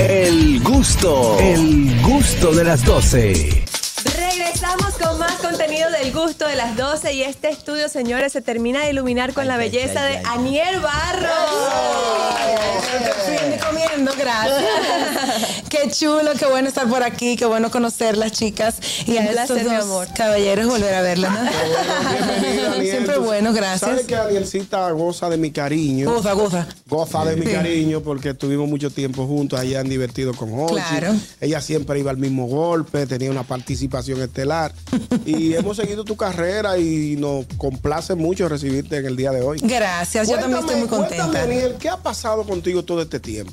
El gusto, el gusto de las 12. Regresamos con más contenido del gusto de las 12 y este estudio, señores, se termina de iluminar con la belleza de Aniel Barros. Estoy comiendo, gracias. qué chulo, qué bueno estar por aquí, qué bueno conocer las chicas y a estos placer, mi dos amor. caballeros volver a verlas. ¿no? Bienvenida, Aniel. Siempre bueno, gracias. Oh. Sabes que Anielcita goza de mi cariño. Goza, goza. Goza de mi cariño porque estuvimos mucho tiempo juntos allá han divertido con Jorge. Claro. Ella siempre iba al mismo golpe, tenía una participación estelar. y hemos seguido tu carrera y nos complace mucho recibirte en el día de hoy. Gracias, yo también estoy muy Cuéntame, contenta. Cuéntame, Aniel, ¿qué ha pasado contigo todo este tiempo?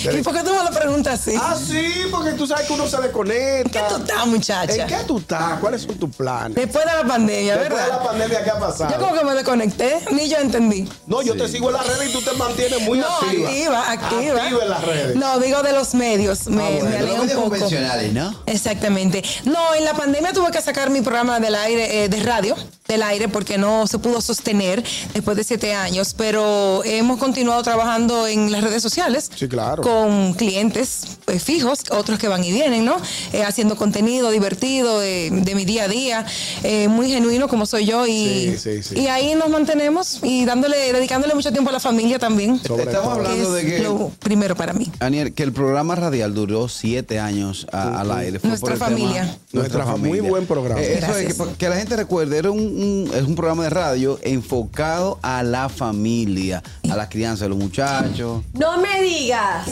¿Y por qué tú me lo preguntas así? Ah, sí, porque tú sabes que uno se ¿Qué desconecta. tú estás, ¿En muchacha? qué tú estás? ¿Cuáles son tus planes? Después de la pandemia, Después de la ¿verdad? pandemia, ¿qué ha Yo como pasado? que me desconecté, ni yo entendí. No, yo te sigo en las redes y tú te mantienes muy no, activa, activa. Activa en las redes. Ah, No, digo de los medios, me, bueno, me de los alegra un medios poco. convencionales, ¿no? Exactamente. No, en la pandemia tuve que sacar mi programa del aire, eh, de radio, del aire, porque no se pudo sostener después de siete años, pero hemos continuado trabajando en las redes sociales. Sí, claro. Con clientes eh, fijos, otros que van y vienen, ¿no? Eh, haciendo contenido divertido eh, de mi día a día, eh, muy genuino como soy yo y, Sí, sí, sí. y ahí nos mantenemos y dándole, dedicándole mucho tiempo a la familia también. Sobre Estamos todo. hablando de es que, lo primero para mí. Aniel, que el programa radial duró siete años a- al aire. Fue Nuestra por el familia. tema- Nuestra fa- muy buen programa. Eh, eso Gracias. es que, que la gente recuerde, era un, un- es un programa de radio enfocado a la familia, a la crianza de los muchachos. No me digas.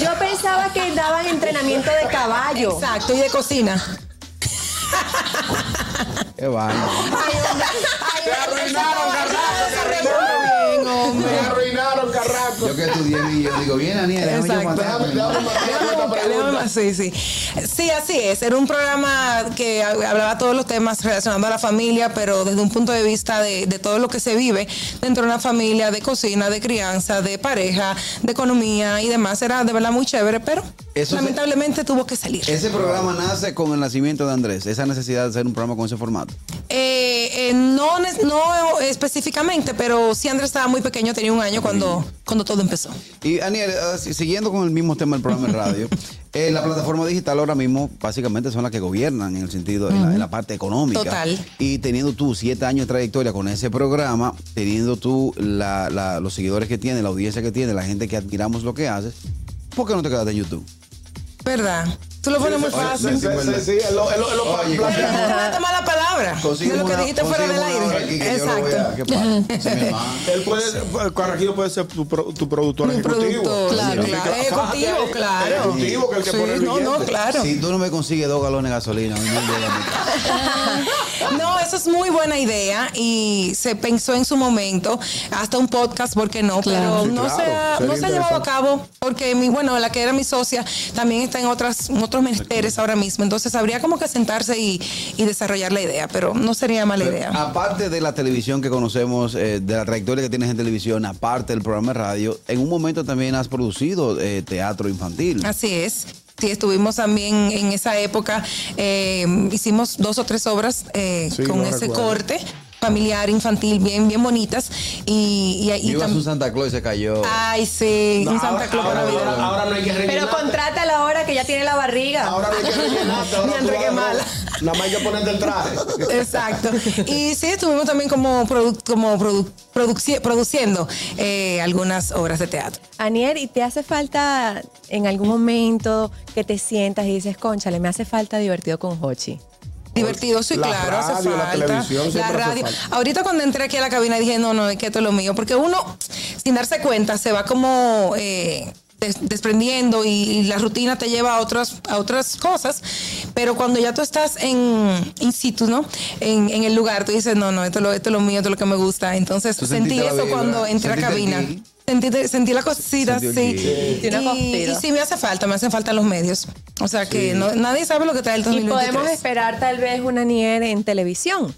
Yo pensaba que daban entrenamiento de caballo. Exacto, y de cocina. Qué vaina. Te arruinaron, Carraco, Bien, hombre. te arruinaron, Carraco. Yo que estudié y yo digo, bien, Aniel, déjame yo Exacto. matar. Déjame buscar, déjame- Sí, sí. Sí, así es. Era un programa que hablaba todos los temas relacionados a la familia, pero desde un punto de vista de, de todo lo que se vive dentro de una familia, de cocina, de crianza, de pareja, de economía y demás. Era de verdad muy chévere, pero Eso se- lamentablemente tuvo que salir. Ese programa nace con el nacimiento de Andrés, esa necesidad de hacer un programa con ese formato. Eh, eh, no, ne- no específicamente, pero sí Andrés estaba muy pequeño, tenía un año cuando, cuando todo empezó. Y Aniel, eh, si- siguiendo con el mismo tema del programa de radio, eh, la plataforma digital ahora mismo básicamente son las que gobiernan en el sentido, en, la, en la parte económica. Total. Y teniendo tú siete años de trayectoria con ese programa, teniendo tú la- la- los seguidores que tiene, la audiencia que tiene, la gente que admiramos lo que haces, ¿por qué no te quedaste en YouTube? ¿Verdad? Tú lo pones muy fácil. Sí, sí, sí, es lo- es lo- es lo- Oye, la- Pero consigue- no me voy a tomar la palabra de consígueme lo que una- dijiste fuera del consígueme una hora aquí aire. que yo lo vea, Exacto. ¿qué pasa? Sí, mi hermano. Él puede, Carraquillo puede ser tu, pro- tu productor Mi ejecutivo. productor, claro, Sí, claro. fájate Ejecutivo, ahí. claro. Ejecutivo, que el que Sí, pone el no, no, billete. claro. Si tú no me consigues dos galones de gasolina, a mí me llega a mi casa. No, eso es muy buena idea y se pensó en su momento hasta un podcast, ¿por qué no? Pero Sí, no claro, se ha, sería no se ha llevado a interesante. cabo porque mi, bueno, la que era mi socia también está en otras en otros menesteres ahora mismo, entonces habría como que sentarse y, y desarrollar la idea, pero no sería mala Pero, idea. Aparte de la televisión que conocemos, eh, de la trayectoria que tienes en televisión, aparte del programa de radio, en un momento también has producido eh, teatro infantil. Así es. Sí, estuvimos también en esa época, eh, hicimos dos o tres obras eh, Sí, con lo ese recuerdo. corte familiar, infantil, bien, bien bonitas. Y, y, y Ibas a tam- Ah, un Santa Claus y se cayó. Ay, sí, un Santa Claus ahora, para ahora- Navidad. ahora no hay que Pero rellenarte. contrata la hora que ya tiene la barriga. Ahora no hay que rellenarte. Ni Ahora tú André, qué vas, mala. Nada más hay que ponerte el traje. Exacto. Y sí, estuvimos también como, produ- como produ- produci- produciendo eh, algunas obras de teatro. Aniel, ¿y te hace falta en algún momento que te sientas y dices, conchale, me hace falta divertido con Hochi? Divertido, sí, La claro, hace radio, la falta. televisión la siempre hace radio. falta. Ahorita cuando entré aquí a la cabina dije, no, no, es que esto es lo mío. Porque uno, sin darse cuenta, se va como eh, des- desprendiendo y, y la rutina te lleva a otras, a otras cosas. Pero cuando ya tú estás en in situ, ¿no? En, en el lugar, tú dices, no, no, esto es lo, esto es lo mío, esto es lo que me gusta. Entonces Tú sentí sentiste la eso vibra, cuando entré a sentiste el cabina. gig. Sentí, sentí la cosita, Sentí sí. el gig. Sí, una Y, cosita. y sí me hace falta, me hacen falta los medios. O sea que no- nadie sabe lo que trae el Y 2023. podemos esperar tal vez una Aniel en televisión.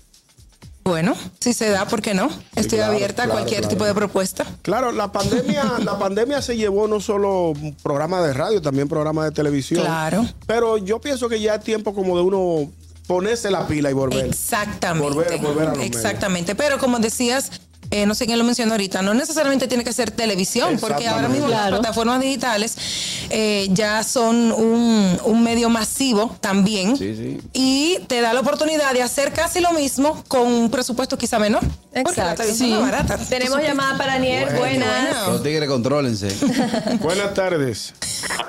Bueno, si se da, ¿por qué no? Estoy claro, abierta claro, a cualquier claro. tipo de propuesta. Claro, la pandemia, la pandemia se llevó no solo programas de radio, también programas de televisión. Claro. Pero yo pienso que ya es tiempo como de uno ponerse la pila y volver. Exactamente. Volver- volver a los medios. Exactamente. Pero como decías, eh, no sé quién lo mencionó ahorita, no necesariamente tiene que ser televisión, porque ahora mismo las Claro. plataformas digitales eh, ya son un, un medio masivo también Sí, sí. y te da la oportunidad de hacer casi lo mismo con un presupuesto quizá menor. Porque la Exacto. televisión Sí. es más barata. Tenemos llamada para Aniel. Buenas. Los tigres, contrólense. Buenas tardes.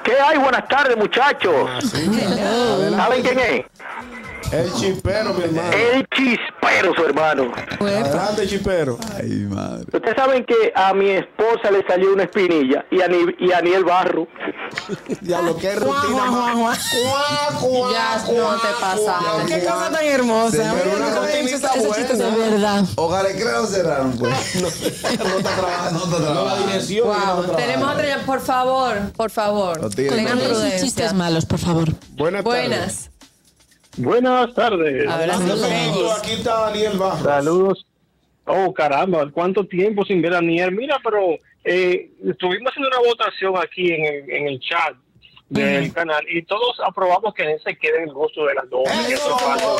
¿Qué hay? Buenas tardes, muchachos. ¿Saben quién es? El chipero, mi hermano. El chispero, su hermano. Adelante, chipero. Ay, madre. Ustedes saben que a mi esposa le salió una espinilla y a, Ni- y a Niel Barro. Ya lo que es Guau, rutina. guau, ma- guau, guau. Cuá, cuá, Ya, cuá, no te pasaste. cuá, Qué cuá. cosa tan hermosa. Señor, Mira, una cómo te rutinita hizo esos buena. chistes De de- verdad. Ojalá que no cerraron, pues. No, está trabajando, no No, está la trabajando. dirección. Guau. que no trabaja. Tenemos otra llamada. Por favor, por favor. Los tigres Tengan con- Esos prudencia. chistes malos, por favor. Buenas tardes. Buenas. Buenas tardes. Abrazo. Un Reyes. segundo, Aquí está Daniel Barro. Saludos. Oh, caramba, ¿cuánto tiempo sin ver a Nier? Mira, pero eh, estuvimos haciendo una votación aquí en el, en el chat del canal y todos aprobamos que Nier se quede en el gusto de las dos. Y eso es falso,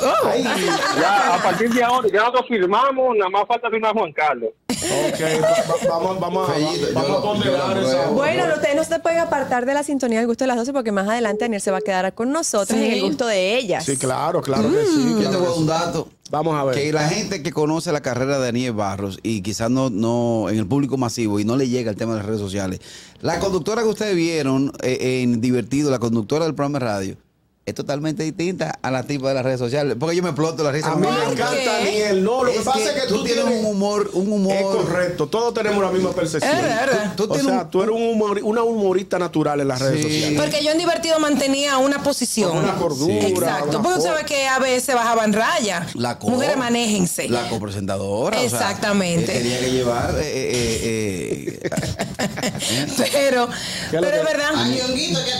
bro. Ya, a partir de ahora, ya nosotros firmamos, nada más falta firmar a Juan Carlos. Ok, va- va- vamos, vamos, a- Fellito, yo vamos lo- a ponderar yo lo esa. apruebo. Bueno, ustedes no se pueden apartar de la sintonía del gusto de las 12 porque más adelante Aniel se va a quedar con nosotros Sí. en el gusto de ellas. Sí, claro, claro que sí. Mm. Yo claro te voy a que dar sí. un dato. Vamos a ver. Que la gente que conoce la carrera de Daniel Barros y quizás no, no en el público masivo y no le llega el tema de las redes sociales. La conductora que ustedes vieron eh, en Divertido, la conductora del programa de radio, es totalmente distinta a la tipa de las redes sociales. Porque yo me exploto las risas. A mí cuando me me ¿Por qué? encanta Daniel. No, lo que Es pasa es que tú tienes un humor, un humor. Es correcto, todos tenemos la misma percepción. Era, era. Tú- tú o tienes sea, un- tú eres un humor- una humorista natural en las redes Sí. sociales. Porque yo en divertido mantenía una posición. Una cordura. Exacto, una porque usted cosa. sabe que a veces bajaban raya. La co- Mujeres, manéjense. La copresentadora. o sea, Exactamente. él tenía que llevar. eh, eh, eh, eh, Pero, lo pero que- es verdad. Añonguito, que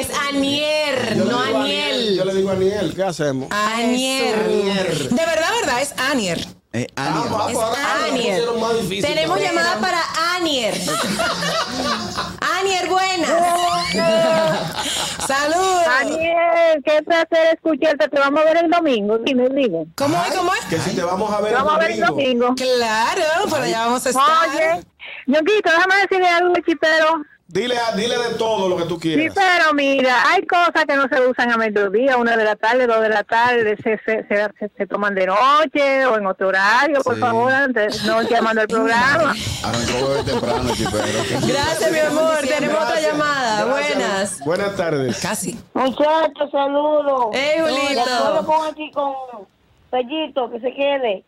es Anier, Yo le no digo a Aniel, Aniel. Yo le digo a Aniel, ¿qué hacemos? Anier. Anier. De verdad, verdad, es Anier. eh, Ania. Ah, papá, ahora me lo Anier. pusieron más difícil. Tenemos llamada para Anier. Anier, buenas. Saludos. Daniel, qué placer escucharte. Te vamos a ver el domingo, dime, dime. ¿Cómo es? ¿Cómo es? Que si te vamos a ver Te vamos a ver el el domingo. domingo. Claro, por allá vamos a estar. Oye, Yonquito, déjame decirle algo, chipero. Dile, a- dile de todo lo que tú quieras. Chipero, mira, hay cosas que no se usan a mediodía, una de la tarde, dos de la tarde, se, se, se, se- se toman de noche o en otro horario, por Sí. favor, antes, no llamando al programa. Arrancó bebé temprano, chipero. Gracias, mi amor. Tenemos otra llamada. Buenas. Buenas tardes. Casi. Muchachos, saludos. Ey, Julito. pongo aquí con Pellito, que se quede.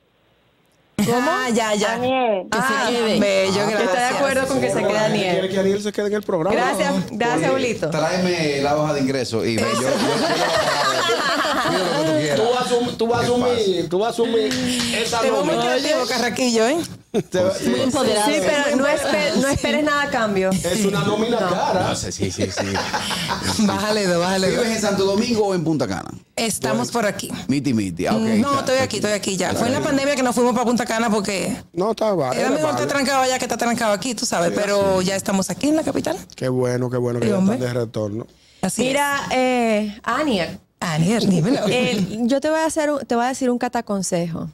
¿Cómo? Ah, ya, ya. Daniel. Que Ah, se quede. Bello, Está gracias. de acuerdo con que se quede ¿Quiere Aniel. que Aniel se quede en el programa? Gracias, gracias, Julito. Tráeme la hoja de ingreso y ve, yo, yo pido lo que tú quieras. Tú vas a asum- tú vas a asumir, tú vas a asumir esa Te veo muy nómina. creativo, Carraquillo, ¿eh? Te va- Muy empoderado. Sí, pero no, espe- no esperes nada a cambio. Es una nómina cara. No sé, sí, sí, sí. Bájale dos, bájale dos. ¿Vives en Santo Domingo o en Punta Cana? Estamos por aquí. Miti, miti. Ah, ok, no, está, estoy está aquí, estoy aquí ya. Fue en la pandemia que nos fuimos para Punta Cana porque No, está va- era era mejor estar vale. trancado allá que estar trancado aquí, tú sabes. Pero ya estamos aquí en la capital. Qué bueno, qué bueno que Sí, ya hombre. están de retorno. Así Mira, eh, Anier, es. Anier, dímelo. el- yo te voy a hacer, un- te voy a decir un cataconsejo.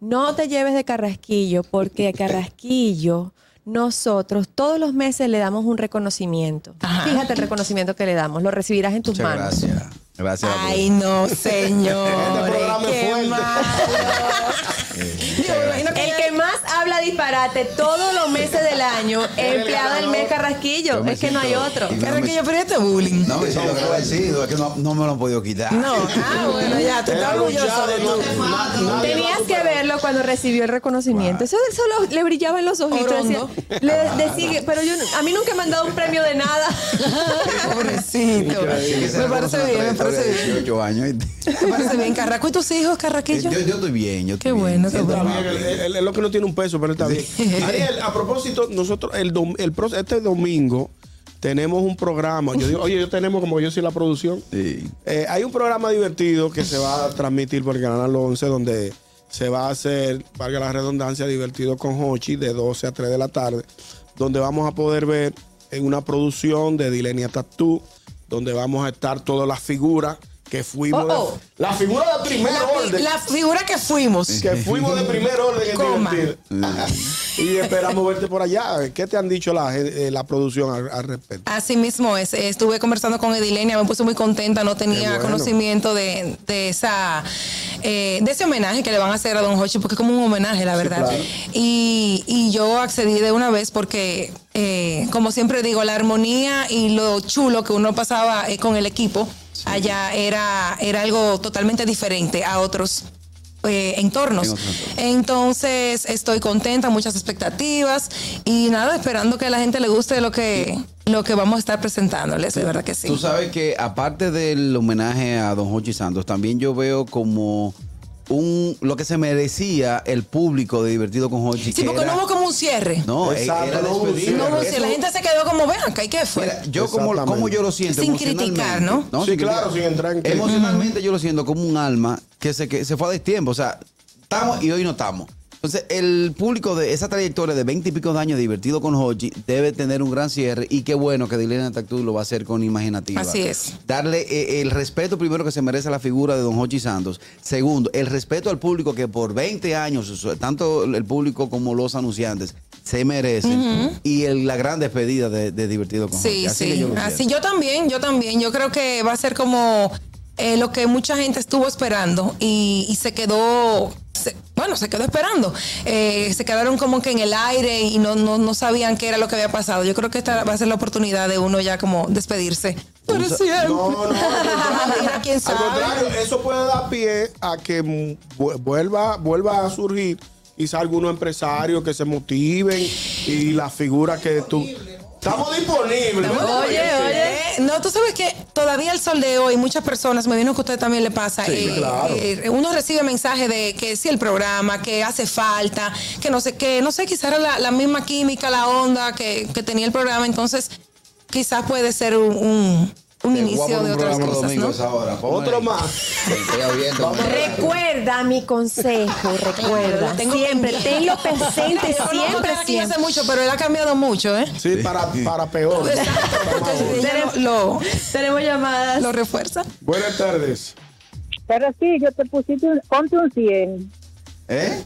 No te lleves de Carrasquillo porque a Carrasquillo nosotros todos los meses le damos un reconocimiento. Ajá. Fíjate el reconocimiento que le damos, lo recibirás en tus Muchas manos. gracias. Gracias. Ay, no, Este señor. pues. programa es Qué fuerte. Eh, malo. Yo me imagino que El que más habla disparate todos los meses del año, empleado del mes Carrasquillo, Yo me es que no hay siento- otro. y- Carraquillo, pero este bullying. No, me siento agradecido. Es que no, no me lo han podido quitar. No, ah, bueno, ya, tú estás Era orgulloso luchado, de tú. no- na- nadie va a Tenías que superar. verlo cuando recibió el reconocimiento. Eso, eso lo- le brillaba en los ojitos. Orondo. decía- le decía, pero yo, no- a mí nunca me han dado un premio de nada. Pobrecito. Así que se Me parece reconoce bien, me una parece trayectoria de bien. 18 años. Me parece bien, Carraco. ¿Y tus hijos, Yo, Carraquillo? yo estoy bien. Yo estoy Qué bien. bueno, qué Siento bueno. más Él- bien. él- él es lo que no tiene un peso, pero está bien. Ariel, a propósito, nosotros el, dom- el pro- este domingo tenemos un programa. Yo digo, oye, yo tenemos como yo soy la producción. Sí. Eh, hay un programa divertido que se va a transmitir por el canal 11 donde se va a hacer, valga la redundancia, divertido con Hochi de 12 a 3 de la tarde, donde vamos a poder ver en una producción de Dilenia Tattoo, donde vamos a estar todas las figuras que fuimos. de- Oh, oh. la figura de primer La, fi- orden. la figura que fuimos. que fuimos de primer orden en Coma. divertir. y esperamos verte por allá. ¿Qué te han dicho la, gen- eh, la producción al, al respecto? Así mismo es. Estuve conversando con Edilenia, me puse muy contenta, no Qué tenía bueno. conocimiento de, de esa eh, de ese homenaje que le van a hacer a Don Hochi, porque es como un homenaje, la Sí, verdad. claro. y, y yo accedí de una vez porque, eh, como siempre digo, la armonía y lo chulo que uno pasaba eh, con el equipo allá era, era algo totalmente diferente a otros. eh, entornos. En otros entornos. Entonces estoy contenta, muchas expectativas y nada, esperando que a la gente le guste lo que, lo que vamos a estar presentándoles, de verdad que sí. Tú sabes que aparte del homenaje a Don Jochi Santos, también yo veo como un lo que se merecía el público de Divertido con Jochi. Sí, que porque era- no hubo como un cierre. No, No, Exacto, era no hubo un despedirlo. cierre. hubo un Eso- cierre. La gente se quedó como, ven acá, ¿y qué fue? Mira, yo como, Exactamente. como yo lo siento. Sin emocionalmente, criticar, ¿no? Sí, claro, sin entrar en crítica. Emocionalmente yo lo siento como un alma que se, que se fue a destiempo. O sea, estamos y hoy no estamos. Entonces, el público de esa trayectoria de 20 y pico de años divertido con Hochi debe tener un gran cierre. Y qué bueno que Dilena Tactú lo va a hacer con imaginativa. Así es. Darle eh, el respeto primero que se merece a la figura de Don Hochi Santos. Segundo, el respeto al público que por 20 años, tanto el público como los anunciantes, se merecen. Y el- la gran despedida de, de Divertido con Sí, Hochi. Así que sí. yo lo Así siento. yo también, yo también. Yo creo que va a ser como eh, lo que mucha gente estuvo esperando y, y se quedó. se- bueno, se quedó esperando. Eh, se quedaron como que en el aire y no, no, no sabían qué era lo que había pasado. Yo creo que esta va a ser la oportunidad de uno ya como despedirse. Pero siempre. No, no, al contrario. Mira quién Al sabe. contrario, eso puede dar pie a que mm, vu- vuelva, vuelva a surgir quizá algunos empresarios que se motiven y las figuras que tú... Estamos disponibles. Oye, oye. No, tú sabes que todavía el sol de hoy, muchas personas, me vino que a usted también le pasa. eh, claro. eh, uno recibe mensajes de que sí el programa, que hace falta, que no sé qué, no sé, quizás era la, la misma química, la onda que, que tenía el programa, entonces quizás puede ser un, un- un Te voy a inicio poner de un otras programa los cosas, ¿no? domingos ahora. Ponme Otro ahí. más. Estoy abierto, hombre. Recuerda mi consejo, recuerda. Lo tengo siempre, pendiente. tenlo presente, Yo conozco siempre, a Kaki hace siempre. mucho, pero él ha cambiado mucho, ¿eh? Sí, para, para peor. Exacto, porque ella lo, Tenemos lo- llamadas. lo refuerza. Buenas tardes. Pero sí, yo te pusiste un, ponte un 100. ¿Eh?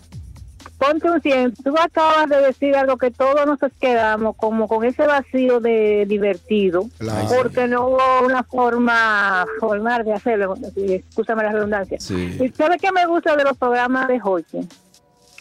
Ponte un 100. Tú acabas de decir algo que todos nos quedamos como con ese vacío de divertido. Claro. Porque no hubo una forma formal de hacerlo. Escúchame la redundancia. Sí. ¿Y sabes qué me gusta de los programas de Hoche?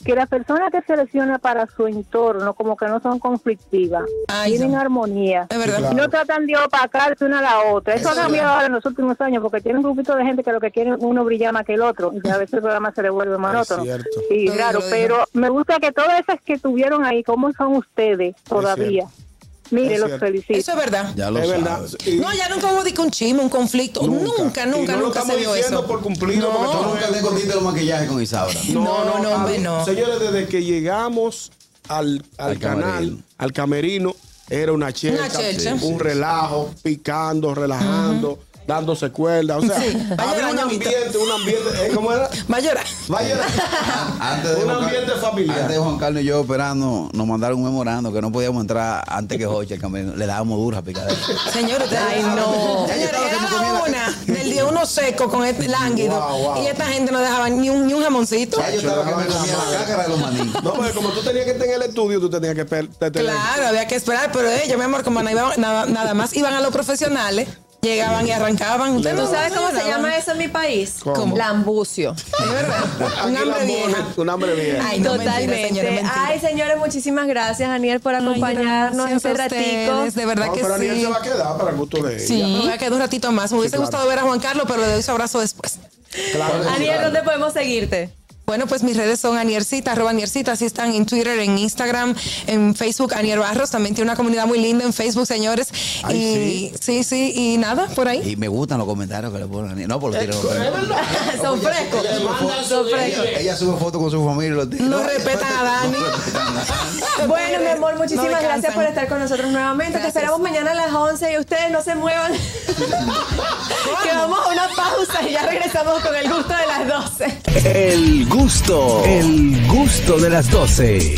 Que la persona que selecciona para su entorno, como que no son conflictivas, Ay, tienen no. armonía. Es verdad. Sí, claro. No tratan de opacarse una a la otra. Eso, Eso ha es cambiado ahora en los últimos años porque tiene un grupito de gente que lo que quiere uno brilla más que el otro y a veces el programa se le vuelve monótono. Es cierto. Sí, Lo digo, claro, lo digo. pero me gusta que todas esas que tuvieron ahí, ¿cómo son ustedes todavía? Mire, Es los cierto. felicito. Eso es verdad. Ya lo es verdad. sabes. Y No, ya nunca hubo de que un chisme, un conflicto. Nunca, nunca, Y nunca, no lo se estamos vio diciendo eso. por cumplido. No. porque Yo tú nunca eres- tengo título maquillaje con Isaura. No, no, a- hombre, no. Señores, desde que llegamos al, al Al canal, camerino. al camerino, era una chelcha, Una chelcha. un Sí, sí, relajo, picando, relajando, dándose cuerda. O sea, Sí, va a había llorar, un ñonguito. ambiente, un ambiente, ¿eh? ¿cómo era? Va a llorar. Vaya, Antes de un Juan Carlos- ambiente familiar. Antes de Juan Carlos y yo operando, nos mandaron un memorando que no podíamos entrar antes que Jorge, que le dábamos dura picadera. Señores, ay no. Ya Señores, yo estaba que me era comía la la- una del día uno seco con este lánguido. Wow, wow. Y esta gente no dejaba ni un, ni un jamoncito. Ya yo estaba que me comía la cáscara de los maní. No, porque como tú tenías que estar en el estudio, tú tenías que per- te- te- Claro, había que esperar, pero ellos, mi amor, como no iban- nada, nada más iban a los profesionales, llegaban y arrancaban. Usted ¿Tú no sabes no cómo se lloraban. llama eso en mi país? ¿Cómo? Lambucio. Es verdad. Aquí Un la hambre ponen, vieja. Un hambre vieja. Ay, no, mentira, Totalmente. señores, mentira. Ay, señores, muchísimas gracias, Aniel, por acompañarnos Ay, este gracias a ratico. ustedes, De verdad No, que pero sí. Aniel se va a quedar para el gusto de ella. Sí, me voy a quedar un ratito más. Me hubiese claro. gustado ver a Juan Carlos, pero le doy su abrazo después. Claro. Aniel, ¿dónde podemos seguirte? Bueno, pues mis redes son Aniercita, arroba Aniercita, así están en Twitter, en Instagram, en Facebook, Anier Barros, también tiene una comunidad muy linda en Facebook, señores. Ay, y sí. sí, y nada, por ahí. Y me gustan los comentarios que le ponen. No, por los tiros. Son frescos. Son frescos. Ella sube fotos con su familia y los tiros. No respetan a Dani. Bueno, mi amor, No muchísimas descansan. gracias por estar con nosotros nuevamente. Gracias. Te esperamos mañana a las 11 y ustedes no se muevan. que vamos a una pausa y ya regresamos con el gusto de las 12. El gusto, el gusto de las 12.